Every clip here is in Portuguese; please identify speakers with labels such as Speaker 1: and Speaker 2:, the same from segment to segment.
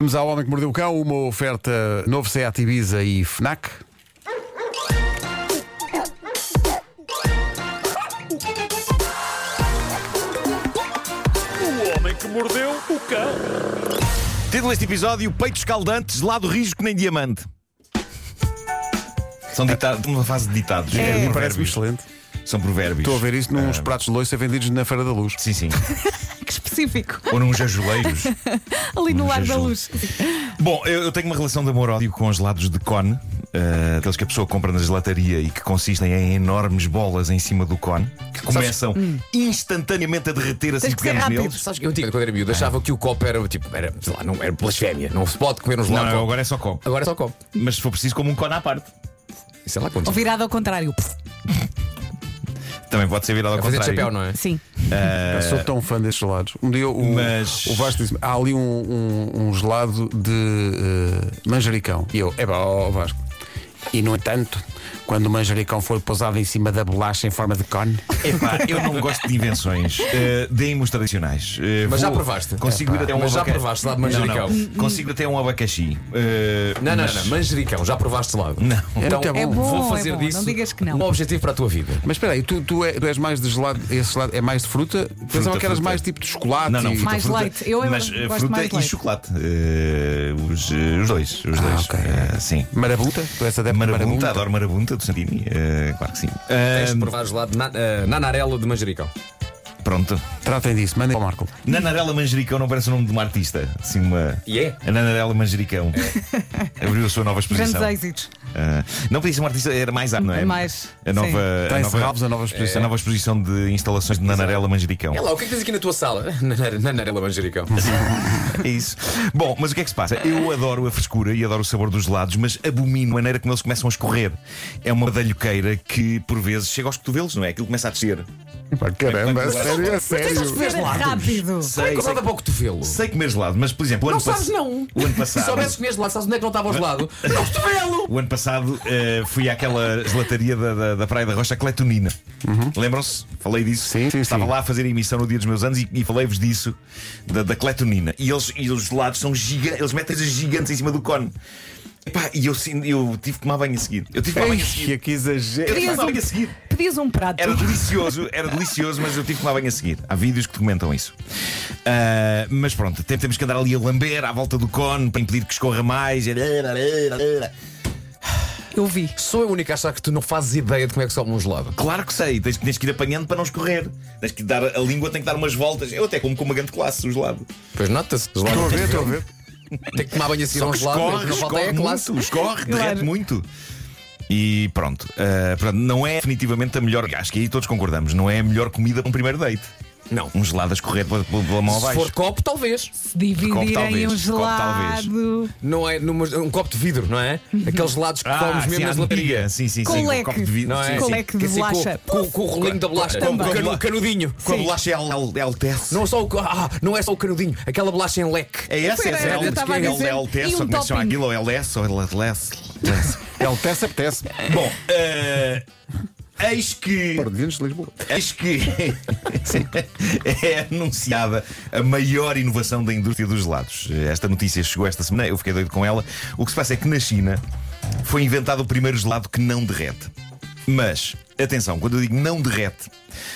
Speaker 1: Vamos ao Homem que Mordeu o Cão, uma oferta novo Seat Ibiza e FNAC.
Speaker 2: O homem que mordeu o cão.
Speaker 3: Título deste episódio: Peitos caldantes, lado rijo que nem diamante. São ditados, numa fase de ditados.
Speaker 1: A mim
Speaker 3: São
Speaker 1: parece-me
Speaker 3: provérbios.
Speaker 1: excelente.
Speaker 3: É, São provérbios.
Speaker 1: É. Estou a ver isso nos pratos de loiça vendidos na Feira da Luz.
Speaker 3: Sim, sim.
Speaker 4: Que específico.
Speaker 3: Ou num jajuleiros.
Speaker 4: Ali no
Speaker 3: Um
Speaker 4: Largo da
Speaker 3: jejum.
Speaker 4: Luz.
Speaker 3: Bom, eu, eu tenho uma relação de amor-ódio com os lados de cone, eh, aqueles que a pessoa compra na gelataria e que consistem em enormes bolas em cima do cone, que começam instantaneamente a derreter assim
Speaker 4: Hum. Tens que ser
Speaker 3: pegarmos
Speaker 4: rápido.
Speaker 3: neles.
Speaker 5: Sabes que eu antigo, quando era miúdo, achava que o copo era tipo, era, sei lá, não era blasfémia. Não se pode comer um uns
Speaker 3: Não,
Speaker 5: lados.
Speaker 3: não, agora é só copo.
Speaker 5: Agora é só copo.
Speaker 3: Mas se for preciso, como um cone à parte.
Speaker 5: Sei lá quanto.
Speaker 4: Ou virado ao contrário.
Speaker 3: Também pode ser virado ao
Speaker 5: Fazer de
Speaker 3: contrário.
Speaker 5: chapéu, não é?
Speaker 4: Sim.
Speaker 1: Eu sou tão fã destes gelados. Um dia o,
Speaker 3: É. Mas-
Speaker 1: o Vasco disse há ali um, um, um gelado de eh, manjericão. E eu, é ó Vasco. E no entanto, quando o manjericão foi pousado em cima da bolacha em forma de cone.
Speaker 3: Epá, eu não gosto de invenções. Eh, Deem-me os tradicionais. Eh,
Speaker 5: Mas já provaste?
Speaker 3: Consigo ir
Speaker 5: Epá,
Speaker 3: até um
Speaker 5: mas já
Speaker 3: abaca-
Speaker 5: provaste lá de manjericão?
Speaker 3: Não, não. Consigo ir até um abacaxi. Eh,
Speaker 5: Não, não,
Speaker 3: mas-
Speaker 5: não, manjericão, já provaste lá.
Speaker 3: Não.
Speaker 1: muito
Speaker 5: Então,
Speaker 1: bom. É bom,
Speaker 4: é
Speaker 5: vou fazer
Speaker 4: bom,
Speaker 5: disso
Speaker 4: não digas que não.
Speaker 5: um objetivo para a tua vida.
Speaker 1: Mas espera aí, tu, tu, é- tu és mais de gelado, esse gelado é mais de fruta? Pensava que eras
Speaker 3: fruta.
Speaker 1: mais tipo de chocolate.
Speaker 3: Não, não,
Speaker 1: e-
Speaker 3: fruta,
Speaker 4: Mais
Speaker 3: fruta,
Speaker 4: leite. Eu, eu
Speaker 3: mas eh,
Speaker 4: gosto
Speaker 3: fruta
Speaker 4: mais de
Speaker 3: e
Speaker 4: leite.
Speaker 3: chocolate. Eh, os, eh, os dois.
Speaker 5: Ah,
Speaker 3: Os dois.
Speaker 1: ok.
Speaker 3: Eh, sim.
Speaker 1: Marabunta? Tu és adepto de
Speaker 3: Marabunta,
Speaker 1: marabunta?
Speaker 3: adoro marabunta do Santini. Eh, claro que sim.
Speaker 5: Tens de
Speaker 3: Eh,
Speaker 5: provar gelado na, eh, nanarelo de manjericão.
Speaker 3: pronto.
Speaker 1: Tratem disso, mandem para o Marco.
Speaker 3: Nanarela Manjericão não parece o nome de uma artista. Sim, uma.
Speaker 5: E é?
Speaker 3: A Nanarela Manjericão. Abriu a sua nova
Speaker 4: Grandes
Speaker 3: exposição.
Speaker 4: êxitos.
Speaker 3: Ah, não podia ser uma artista, era mais arte, não é?
Speaker 4: É mais,
Speaker 3: A nova,
Speaker 4: sim.
Speaker 3: Tá a
Speaker 1: Está em
Speaker 3: nova- eh,
Speaker 1: Serralves a É, nova exposição.
Speaker 3: a nova exposição de instalações de Nanarela Manjericão.
Speaker 5: É lá, o que é que tens aqui na tua sala? Nanar- Nanarela manjericão.
Speaker 3: É isso. Bom, mas o que é que se passa? Eu adoro a frescura e adoro o sabor dos gelados, mas abomino a maneira como eles começam a escorrer. É uma badalhoqueira que, por vezes, chega aos cotovelos, não é? Aquilo começa a descer.
Speaker 1: Pá, É.
Speaker 3: É.
Speaker 1: Caramba, a sério, a
Speaker 4: Tens de
Speaker 1: sério.
Speaker 4: ver rápido.
Speaker 3: Sei,
Speaker 5: Como
Speaker 3: sei,
Speaker 5: nada para o cotovelo. Se
Speaker 3: é sei comer gelado, mas, por exemplo, o ano,
Speaker 5: Não sabes, não.
Speaker 3: o ano passado.
Speaker 5: soubesses que mesmo lá, sabes onde é que não estava ao gelado? No cotovelo!
Speaker 3: O ano passado eh, fui àquela gelataria da, da, da Praia da Rocha, a Cletonina. Lembram-se? Falei disso.
Speaker 1: Uhum. Sim, sim,
Speaker 3: Estava
Speaker 1: sim.
Speaker 3: lá a fazer a emissão no dia dos meus anos e, e falei-vos disso, da, da Cletonina. E, eles, e os gelados são gigantes, eles metem coisas gigantes em cima do cone. Epá, e eu, sin- eu tive que tomar banho a seguir. Eu tive que tomar banho a seguir.
Speaker 1: Ei, que
Speaker 3: Eu
Speaker 1: exagero.
Speaker 3: tive que tomar
Speaker 4: Crias
Speaker 3: banho a seguir.
Speaker 4: Pedias um prato.
Speaker 3: Era delicioso, era delicioso, mas eu tive que tomar banho a seguir. Há vídeos que documentam isso. Ah, mas pronto, tem- temos que andar ali a lamber à volta do cone para impedir que escorra mais.
Speaker 4: Eu vi.
Speaker 5: Sou eu o único a achar que tu não fazes ideia de como é que sobe um gelado.
Speaker 3: Claro que sei, tens, tens que ir apanhando para não escorrer. Tens que dar, a língua tem que dar umas voltas. Eu até como com uma grande classe, os lados.
Speaker 5: Pois nota-se.
Speaker 1: Estou a ver, estou a ver.
Speaker 5: Tem que tomar banho assim a um gelado. o que não falta é a classe.
Speaker 3: muito, escorre, derrete
Speaker 4: Claro.
Speaker 3: muito. E pronto, ah, portanto, não é definitivamente a melhor, acho que aí todos concordamos, não é a melhor comida para um primeiro date.
Speaker 5: Não.
Speaker 3: Um gelado a escorrer pela, pela- pela mão
Speaker 5: Se
Speaker 3: abaixo.
Speaker 5: for copo, talvez.
Speaker 4: Se dividirem
Speaker 3: talvez,
Speaker 4: um
Speaker 3: copo talvez.
Speaker 4: gelado.
Speaker 5: Não é numa- um copo de vidro, não é? Aqueles lados que
Speaker 3: Ah,
Speaker 5: comes mesmo
Speaker 3: sim, à
Speaker 5: nas
Speaker 3: antiga.
Speaker 5: latarias.
Speaker 3: Sim, sim,
Speaker 4: Com
Speaker 3: sim. um
Speaker 4: leque.
Speaker 3: copo de vidro.
Speaker 5: Não é?
Speaker 3: sim,
Speaker 4: Com
Speaker 3: sim.
Speaker 4: leque. de
Speaker 5: Que assim, com-
Speaker 4: bolacha.
Speaker 5: Com, com o rolinho da bolacha. Com
Speaker 4: Também.
Speaker 5: o canu- canudinho.
Speaker 3: Com a bolacha é al- al- é altessa.
Speaker 5: Não, é só o, ca- ah, não é só o canudinho. Aquela bolacha em leque.
Speaker 3: É essa, é
Speaker 4: Era,
Speaker 3: essa.
Speaker 4: era,
Speaker 3: É
Speaker 4: eu estava a dizer.
Speaker 3: altessa,
Speaker 4: E
Speaker 3: ou
Speaker 4: um
Speaker 3: como é que se chama
Speaker 4: topping.
Speaker 3: aquilo? Ou é lessa, ou é lessa.
Speaker 1: Ele tece, É apetece.
Speaker 3: Bom, eh, eis que.
Speaker 1: Perdidos de Lisboa.
Speaker 3: Eis que é anunciada a maior inovação da indústria dos gelados. Esta notícia chegou esta semana, eu fiquei doido com ela. O que se passa é que na China foi inventado o primeiro gelado que não derrete. Mas, atenção, quando eu digo não derrete,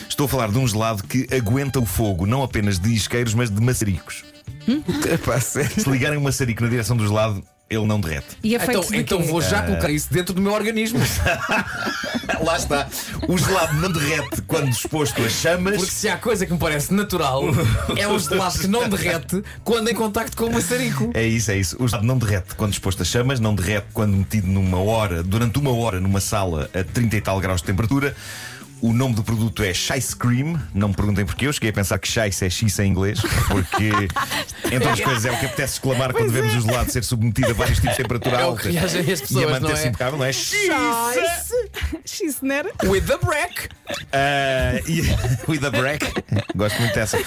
Speaker 3: estou a falar de um gelado que aguenta o fogo, não apenas de isqueiros, mas de maçaricos.
Speaker 1: Epá, sério.
Speaker 3: Se ligarem um maçarico na direção do gelado, ele não derrete.
Speaker 4: E é feito
Speaker 5: Então,
Speaker 4: de
Speaker 5: então
Speaker 4: quê?
Speaker 5: vou já colocar isso dentro do meu organismo.
Speaker 3: Lá está. O gelado não derrete quando exposto a chamas.
Speaker 5: Porque se há coisa que me parece natural, é um gelado que não derrete quando em contacto com o maçarico.
Speaker 3: É isso, é isso. O gelado não derrete quando exposto a chamas, não derrete quando metido numa hora, durante uma hora numa sala a 30 e tal graus de temperatura. O nome do produto é Shice Cream. Não me perguntem porquê, eu cheguei a pensar que Shice é X em inglês, porque, entre as coisas, é o que apetece exclamar quando vemos o gelado ser submetido a vários tipos de temperatura
Speaker 5: É o
Speaker 3: alta
Speaker 5: que reagem as
Speaker 3: e a
Speaker 5: pessoas,
Speaker 3: manter-se
Speaker 5: não é?
Speaker 3: impecável, não é?
Speaker 4: Cheese. Cheese, não era?
Speaker 5: With the break.
Speaker 3: Ah,
Speaker 5: Eh,
Speaker 3: e- with a break. Gosto muito dessa.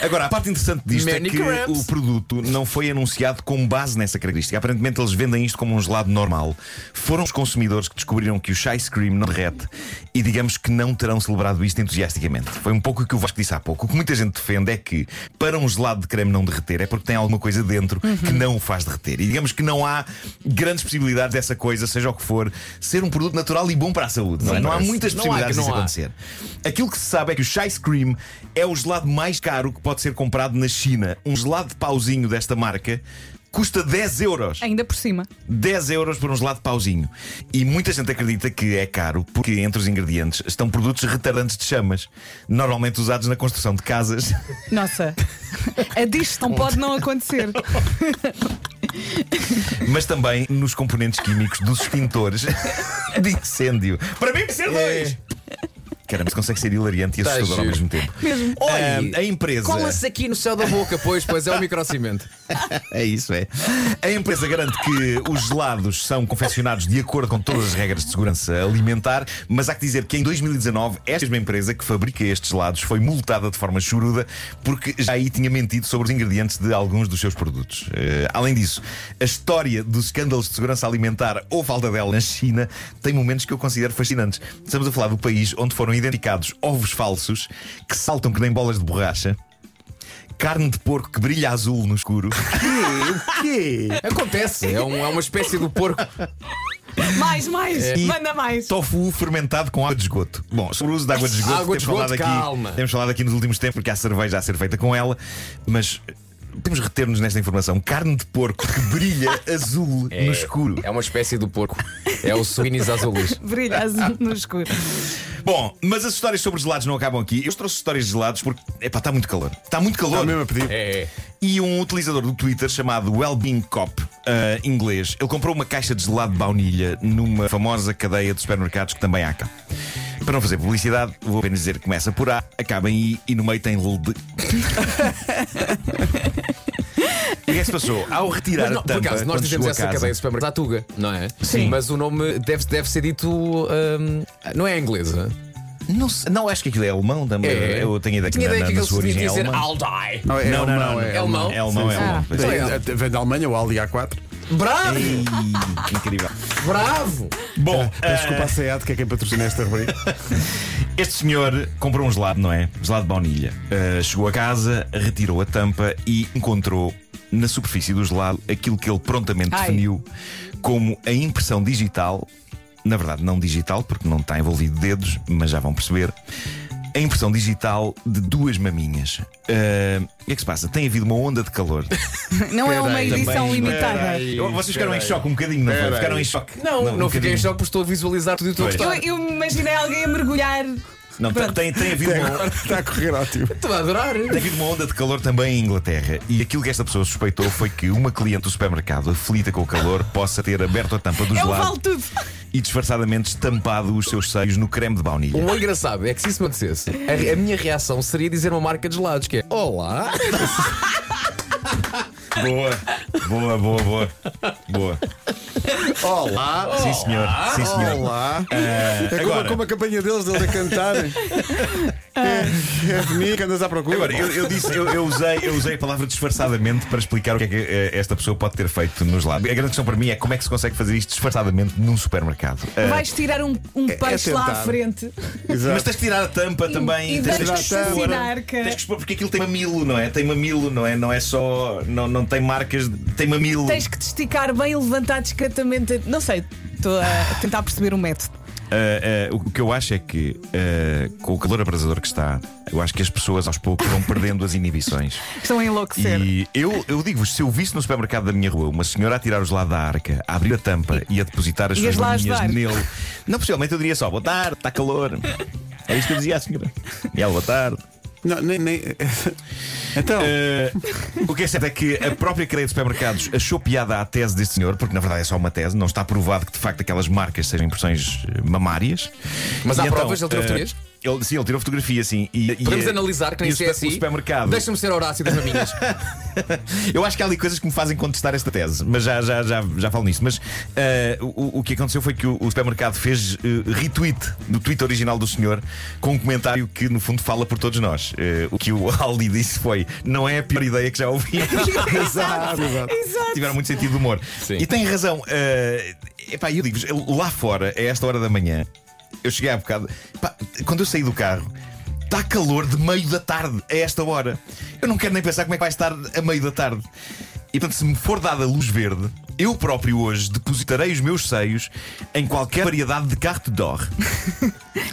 Speaker 3: Agora, a parte interessante disto é
Speaker 5: Many
Speaker 3: que
Speaker 5: crabs.
Speaker 3: o produto não foi anunciado com base nessa característica. Aparentemente, eles vendem isto como um gelado normal. Foram os consumidores que descobriram que o chai cream não derrete e, digamos que, não terão celebrado isto entusiasticamente. Foi um pouco o que o Vasco disse há pouco. O que muita gente defende é que para um gelado de creme não derreter é porque tem alguma coisa dentro que não o faz derreter. E digamos que não há grandes possibilidades dessa coisa, seja o que for, ser um produto natural e bom para a saúde. Não, é? Não há
Speaker 5: parece.
Speaker 3: muitas
Speaker 5: Não há
Speaker 3: possibilidades
Speaker 5: que não
Speaker 3: disso
Speaker 5: há.
Speaker 3: acontecer. Aquilo que se sabe é que o Chai Cream é o gelado mais caro que pode ser comprado na China. Um gelado de pauzinho desta marca custa 10 euros.
Speaker 4: Ainda por cima.
Speaker 3: 10 euros por um gelado de pauzinho. E muita gente acredita que é caro porque entre os ingredientes estão produtos retardantes de chamas, normalmente usados na construção de casas.
Speaker 4: Nossa, a digestão pode não acontecer.
Speaker 3: mas também nos componentes químicos dos extintores de incêndio. Para mim, ser dois! Caramba, se consegue ser hilariante e
Speaker 5: É. Tá
Speaker 3: assustador ao
Speaker 5: giro.
Speaker 3: mesmo tempo.
Speaker 4: Mesmo.
Speaker 5: Olha,
Speaker 3: Ah, a empresa.
Speaker 5: Cola-se aqui no céu da boca, pois, pois é o microcimento.
Speaker 3: É isso, é. A empresa garante que os gelados são confeccionados de acordo com todas as regras de segurança alimentar, mas há que dizer que em 2019, esta mesma empresa que fabrica estes gelados foi multada de forma choruda porque já aí tinha mentido sobre os ingredientes de alguns dos seus produtos. Eh, além disso, a história dos escândalos de segurança alimentar ou falta dela na China tem momentos que eu considero fascinantes. Estamos a falar do país onde foram identificados ovos falsos que saltam que nem bolas de borracha. Carne de porco que brilha azul no escuro.
Speaker 5: Acontece, é, um- é uma espécie do porco.
Speaker 4: Mais, mais,
Speaker 3: E
Speaker 4: manda mais.
Speaker 3: Tofu fermentado com água de esgoto. Bom, sobre o uso da água de esgoto,
Speaker 5: Água de
Speaker 3: temos, falado
Speaker 5: esgoto,
Speaker 3: aqui,
Speaker 5: calma.
Speaker 3: temos falado aqui nos últimos tempos porque há cerveja a ser feita com ela, mas temos de reter-nos nesta informação. Carne de porco que brilha azul no escuro.
Speaker 5: É uma espécie do porco. É o suínis azulis.
Speaker 4: Brilha azul no escuro.
Speaker 3: Bom, mas as histórias sobre gelados não acabam aqui. Eu trouxe histórias de gelados porque epá, está muito calor. Está muito calor.
Speaker 1: Está Tá mesmo a pedir.
Speaker 5: É, é.
Speaker 3: E um utilizador do Twitter chamado Wellbeing Cop, eh, inglês, ele comprou uma caixa de gelado de baunilha numa famosa cadeia de supermercados que também há cá. Para não fazer publicidade, vou apenas dizer que começa por A, acaba em I e no meio tem L de. E o que é que se passou? Ao retirar
Speaker 5: Mas não,
Speaker 3: a
Speaker 5: por
Speaker 3: tampa,
Speaker 5: acaso, nós
Speaker 3: quando
Speaker 5: dizemos
Speaker 3: chegou a
Speaker 5: essa
Speaker 3: casa-
Speaker 5: cadeia de supermercado à Tuga, não é?
Speaker 3: Sim.
Speaker 5: Mas o nome deve, deve ser dito. hum, não é inglesa?
Speaker 3: Não, sei- não, acho que aquilo é alemão também.
Speaker 5: É.
Speaker 3: Eu tenho ideia que,
Speaker 5: Tinha
Speaker 3: na,
Speaker 5: ideia
Speaker 3: na,
Speaker 5: que
Speaker 3: na
Speaker 5: ele
Speaker 3: sua
Speaker 5: devia
Speaker 3: origem é
Speaker 5: dizer
Speaker 3: alemã.
Speaker 5: I'll die.
Speaker 1: Não, é
Speaker 3: não,
Speaker 1: alemão,
Speaker 3: não, não,
Speaker 1: é
Speaker 3: é alemão. É alemão, é alemão. Pois é.
Speaker 1: Daí, Vem da Alemanha, o Aldi A4.
Speaker 5: Bravo!
Speaker 3: Ih, Incrível. Ah,
Speaker 5: Bravo!
Speaker 3: Bom,
Speaker 1: Peço desculpa à SEAT, que é quem patrocina esta rubrica.
Speaker 3: Este senhor comprou um gelado, não é? Gelado de baunilha. Uh, chegou a casa, retirou a tampa e encontrou na superfície do gelado aquilo que ele prontamente
Speaker 4: Ai.
Speaker 3: definiu como a impressão digital. Na verdade, não digital, porque não está envolvido dedos, mas já vão perceber. A impressão digital de duas maminhas. Uh, o que é que se passa? Tem havido uma onda de calor.
Speaker 4: Não é uma
Speaker 5: Peraí,
Speaker 4: edição
Speaker 5: também,
Speaker 4: limitada.
Speaker 5: peraí.
Speaker 3: Eu- Vocês ficaram em
Speaker 5: peraí.
Speaker 3: choque um bocadinho, não foi?
Speaker 5: Peraí.
Speaker 3: Ficaram em choque.
Speaker 5: Não, não,
Speaker 3: um
Speaker 5: fiquei em
Speaker 3: bocadinho.
Speaker 5: choque porque estou a visualizar tudo e estou a
Speaker 3: Pois.
Speaker 5: gostar.
Speaker 4: Eu, eu me imaginei alguém a mergulhar.
Speaker 3: Não, tem,
Speaker 4: Pronto.
Speaker 3: tem, tem havido uma
Speaker 1: Agora está a correr ótimo.
Speaker 5: Estou a adorar.
Speaker 3: Tem havido uma onda de calor também em Inglaterra e aquilo que esta pessoa suspeitou foi que uma cliente do supermercado, aflita com o calor, possa ter aberto a tampa do
Speaker 4: Eu
Speaker 3: gelado
Speaker 4: É vale tudo.
Speaker 3: e disfarçadamente estampado os seus seios no creme de baunilha.
Speaker 5: O engraçado é que se isso me acontecesse, a, a minha reação seria dizer uma marca de gelados, que é Olá!
Speaker 3: Boa, boa, boa, boa. Boa.
Speaker 1: Olá.
Speaker 3: Sim, senhor. Sim, senhor.
Speaker 1: Olá.
Speaker 3: Ah,
Speaker 1: É como,
Speaker 3: agora,
Speaker 1: como a campanha deles, deles a cantar. é é de mim que andas à procura.
Speaker 3: agora, eu, eu disse, eu, eu usei, eu usei a palavra disfarçadamente para explicar o que é que eh, esta pessoa pode ter feito no gelado. A grande questão para mim é como é que se consegue fazer isto disfarçadamente num supermercado. Ah,
Speaker 4: Vais tirar um, um
Speaker 1: é
Speaker 4: peixe lá à
Speaker 1: tentar.
Speaker 4: frente.
Speaker 1: Exato.
Speaker 3: Mas tens que tirar a tampa também.
Speaker 4: e
Speaker 3: tens
Speaker 4: deixas
Speaker 3: que
Speaker 4: estacionar, cara.
Speaker 3: Tens que expor porque aquilo tem mamilo, não é? Tem mamilo, não é? Não é só. Não, não tem marcas. Tem mamilo.
Speaker 4: Tens que te esticar bem e levantar discretamente. Não sei, estou a tentar perceber o método.
Speaker 3: Ah, ah, o que eu acho é que, ah, com o calor abrasador que está, eu acho que as pessoas aos poucos vão perdendo as inibições.
Speaker 4: Estão a enlouquecer.
Speaker 3: E eu, eu digo-vos: se eu visse no supermercado da minha rua uma senhora a tirar os lá da arca, a abrir a tampa e a depositar as
Speaker 4: Ias
Speaker 3: suas
Speaker 4: lá
Speaker 3: maminhas
Speaker 4: ajudar.
Speaker 3: nele, não, possivelmente eu diria só: boa tarde, está calor. É isto que eu dizia à senhora. E ela, boa tarde.
Speaker 1: Não, nem, nem- Então,
Speaker 3: Uh, o que é certo é que a própria cadeia de supermercados achou piada à tese deste senhor, porque na verdade é só uma tese, não está provado que de facto aquelas marcas sejam impressões eh, mamárias.
Speaker 5: Mas
Speaker 3: E
Speaker 5: há provas? Ele tirou
Speaker 3: eh,
Speaker 5: fotografias?
Speaker 3: ele- sim, ele tirou fotografia, sim. E, e-
Speaker 5: Podemos
Speaker 3: e-
Speaker 5: analisar que
Speaker 3: e
Speaker 5: nem
Speaker 3: o
Speaker 5: sei é
Speaker 3: super-
Speaker 5: assim.
Speaker 3: O supermercado.
Speaker 5: Deixa-me ser Horácio das Maminhas.
Speaker 3: Eu acho que há ali coisas que me fazem contestar esta tese, mas já, já, já, já falo nisso. Mas eh, o, o que aconteceu foi que o, o supermercado fez eh, retweet do tweet original do senhor com um comentário que, no fundo, fala por todos nós. Eh, o que o Aldi disse foi: não é a pior ideia que já ouvi.
Speaker 1: exato, exato.
Speaker 3: Tiveram muito sentido de humor.
Speaker 5: Sim.
Speaker 3: E tem razão. eh, epá, eu digo lá fora, a esta hora da manhã. eu cheguei há bocado. Pá, quando eu saí do carro, está calor de meio da tarde a esta hora. Eu não quero nem pensar como é que vai estar a meio da tarde. E portanto, se me for dada luz verde, eu próprio hoje depositarei os meus seios em qualquer variedade de carte d'or.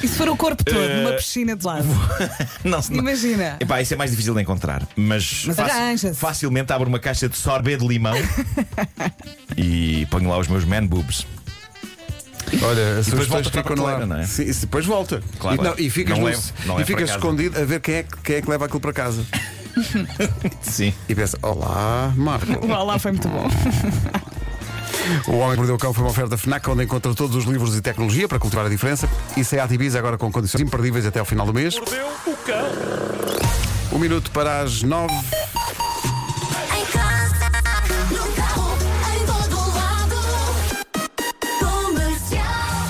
Speaker 4: E se for o corpo todo,
Speaker 1: é,
Speaker 4: numa piscina de lado?
Speaker 3: Não, se não-
Speaker 4: Imagina.
Speaker 3: Epá, isso é mais difícil de encontrar. Mas,
Speaker 4: Mas arranja-se.
Speaker 3: facilmente abro uma caixa de sorbet de limão e ponho lá os meus man boobs.
Speaker 1: Olha, as
Speaker 3: depois
Speaker 1: sugestões
Speaker 3: volta para a
Speaker 1: ficam no ar.
Speaker 3: prateleira, não é?
Speaker 1: Sim, isso depois volta.
Speaker 3: Claro.
Speaker 1: E, não, e ficas,
Speaker 3: Não
Speaker 1: no-
Speaker 3: levo, não
Speaker 1: e
Speaker 3: levo
Speaker 1: ficas
Speaker 3: para casa.
Speaker 1: escondido a ver quem é, que- quem é que leva aquilo para casa.
Speaker 3: Sim.
Speaker 1: E pensa, olá, Marco.
Speaker 4: Lá, lá foi muito bom.
Speaker 1: O Homem que Mordeu o Cão foi uma oferta FNAC onde encontra todos os livros e tecnologia para cultivar a diferença. E se a Ibiza agora com condições imperdíveis até ao final do mês.
Speaker 2: Mordeu o cão.
Speaker 1: Um minuto para as nove.
Speaker 6: Em casa,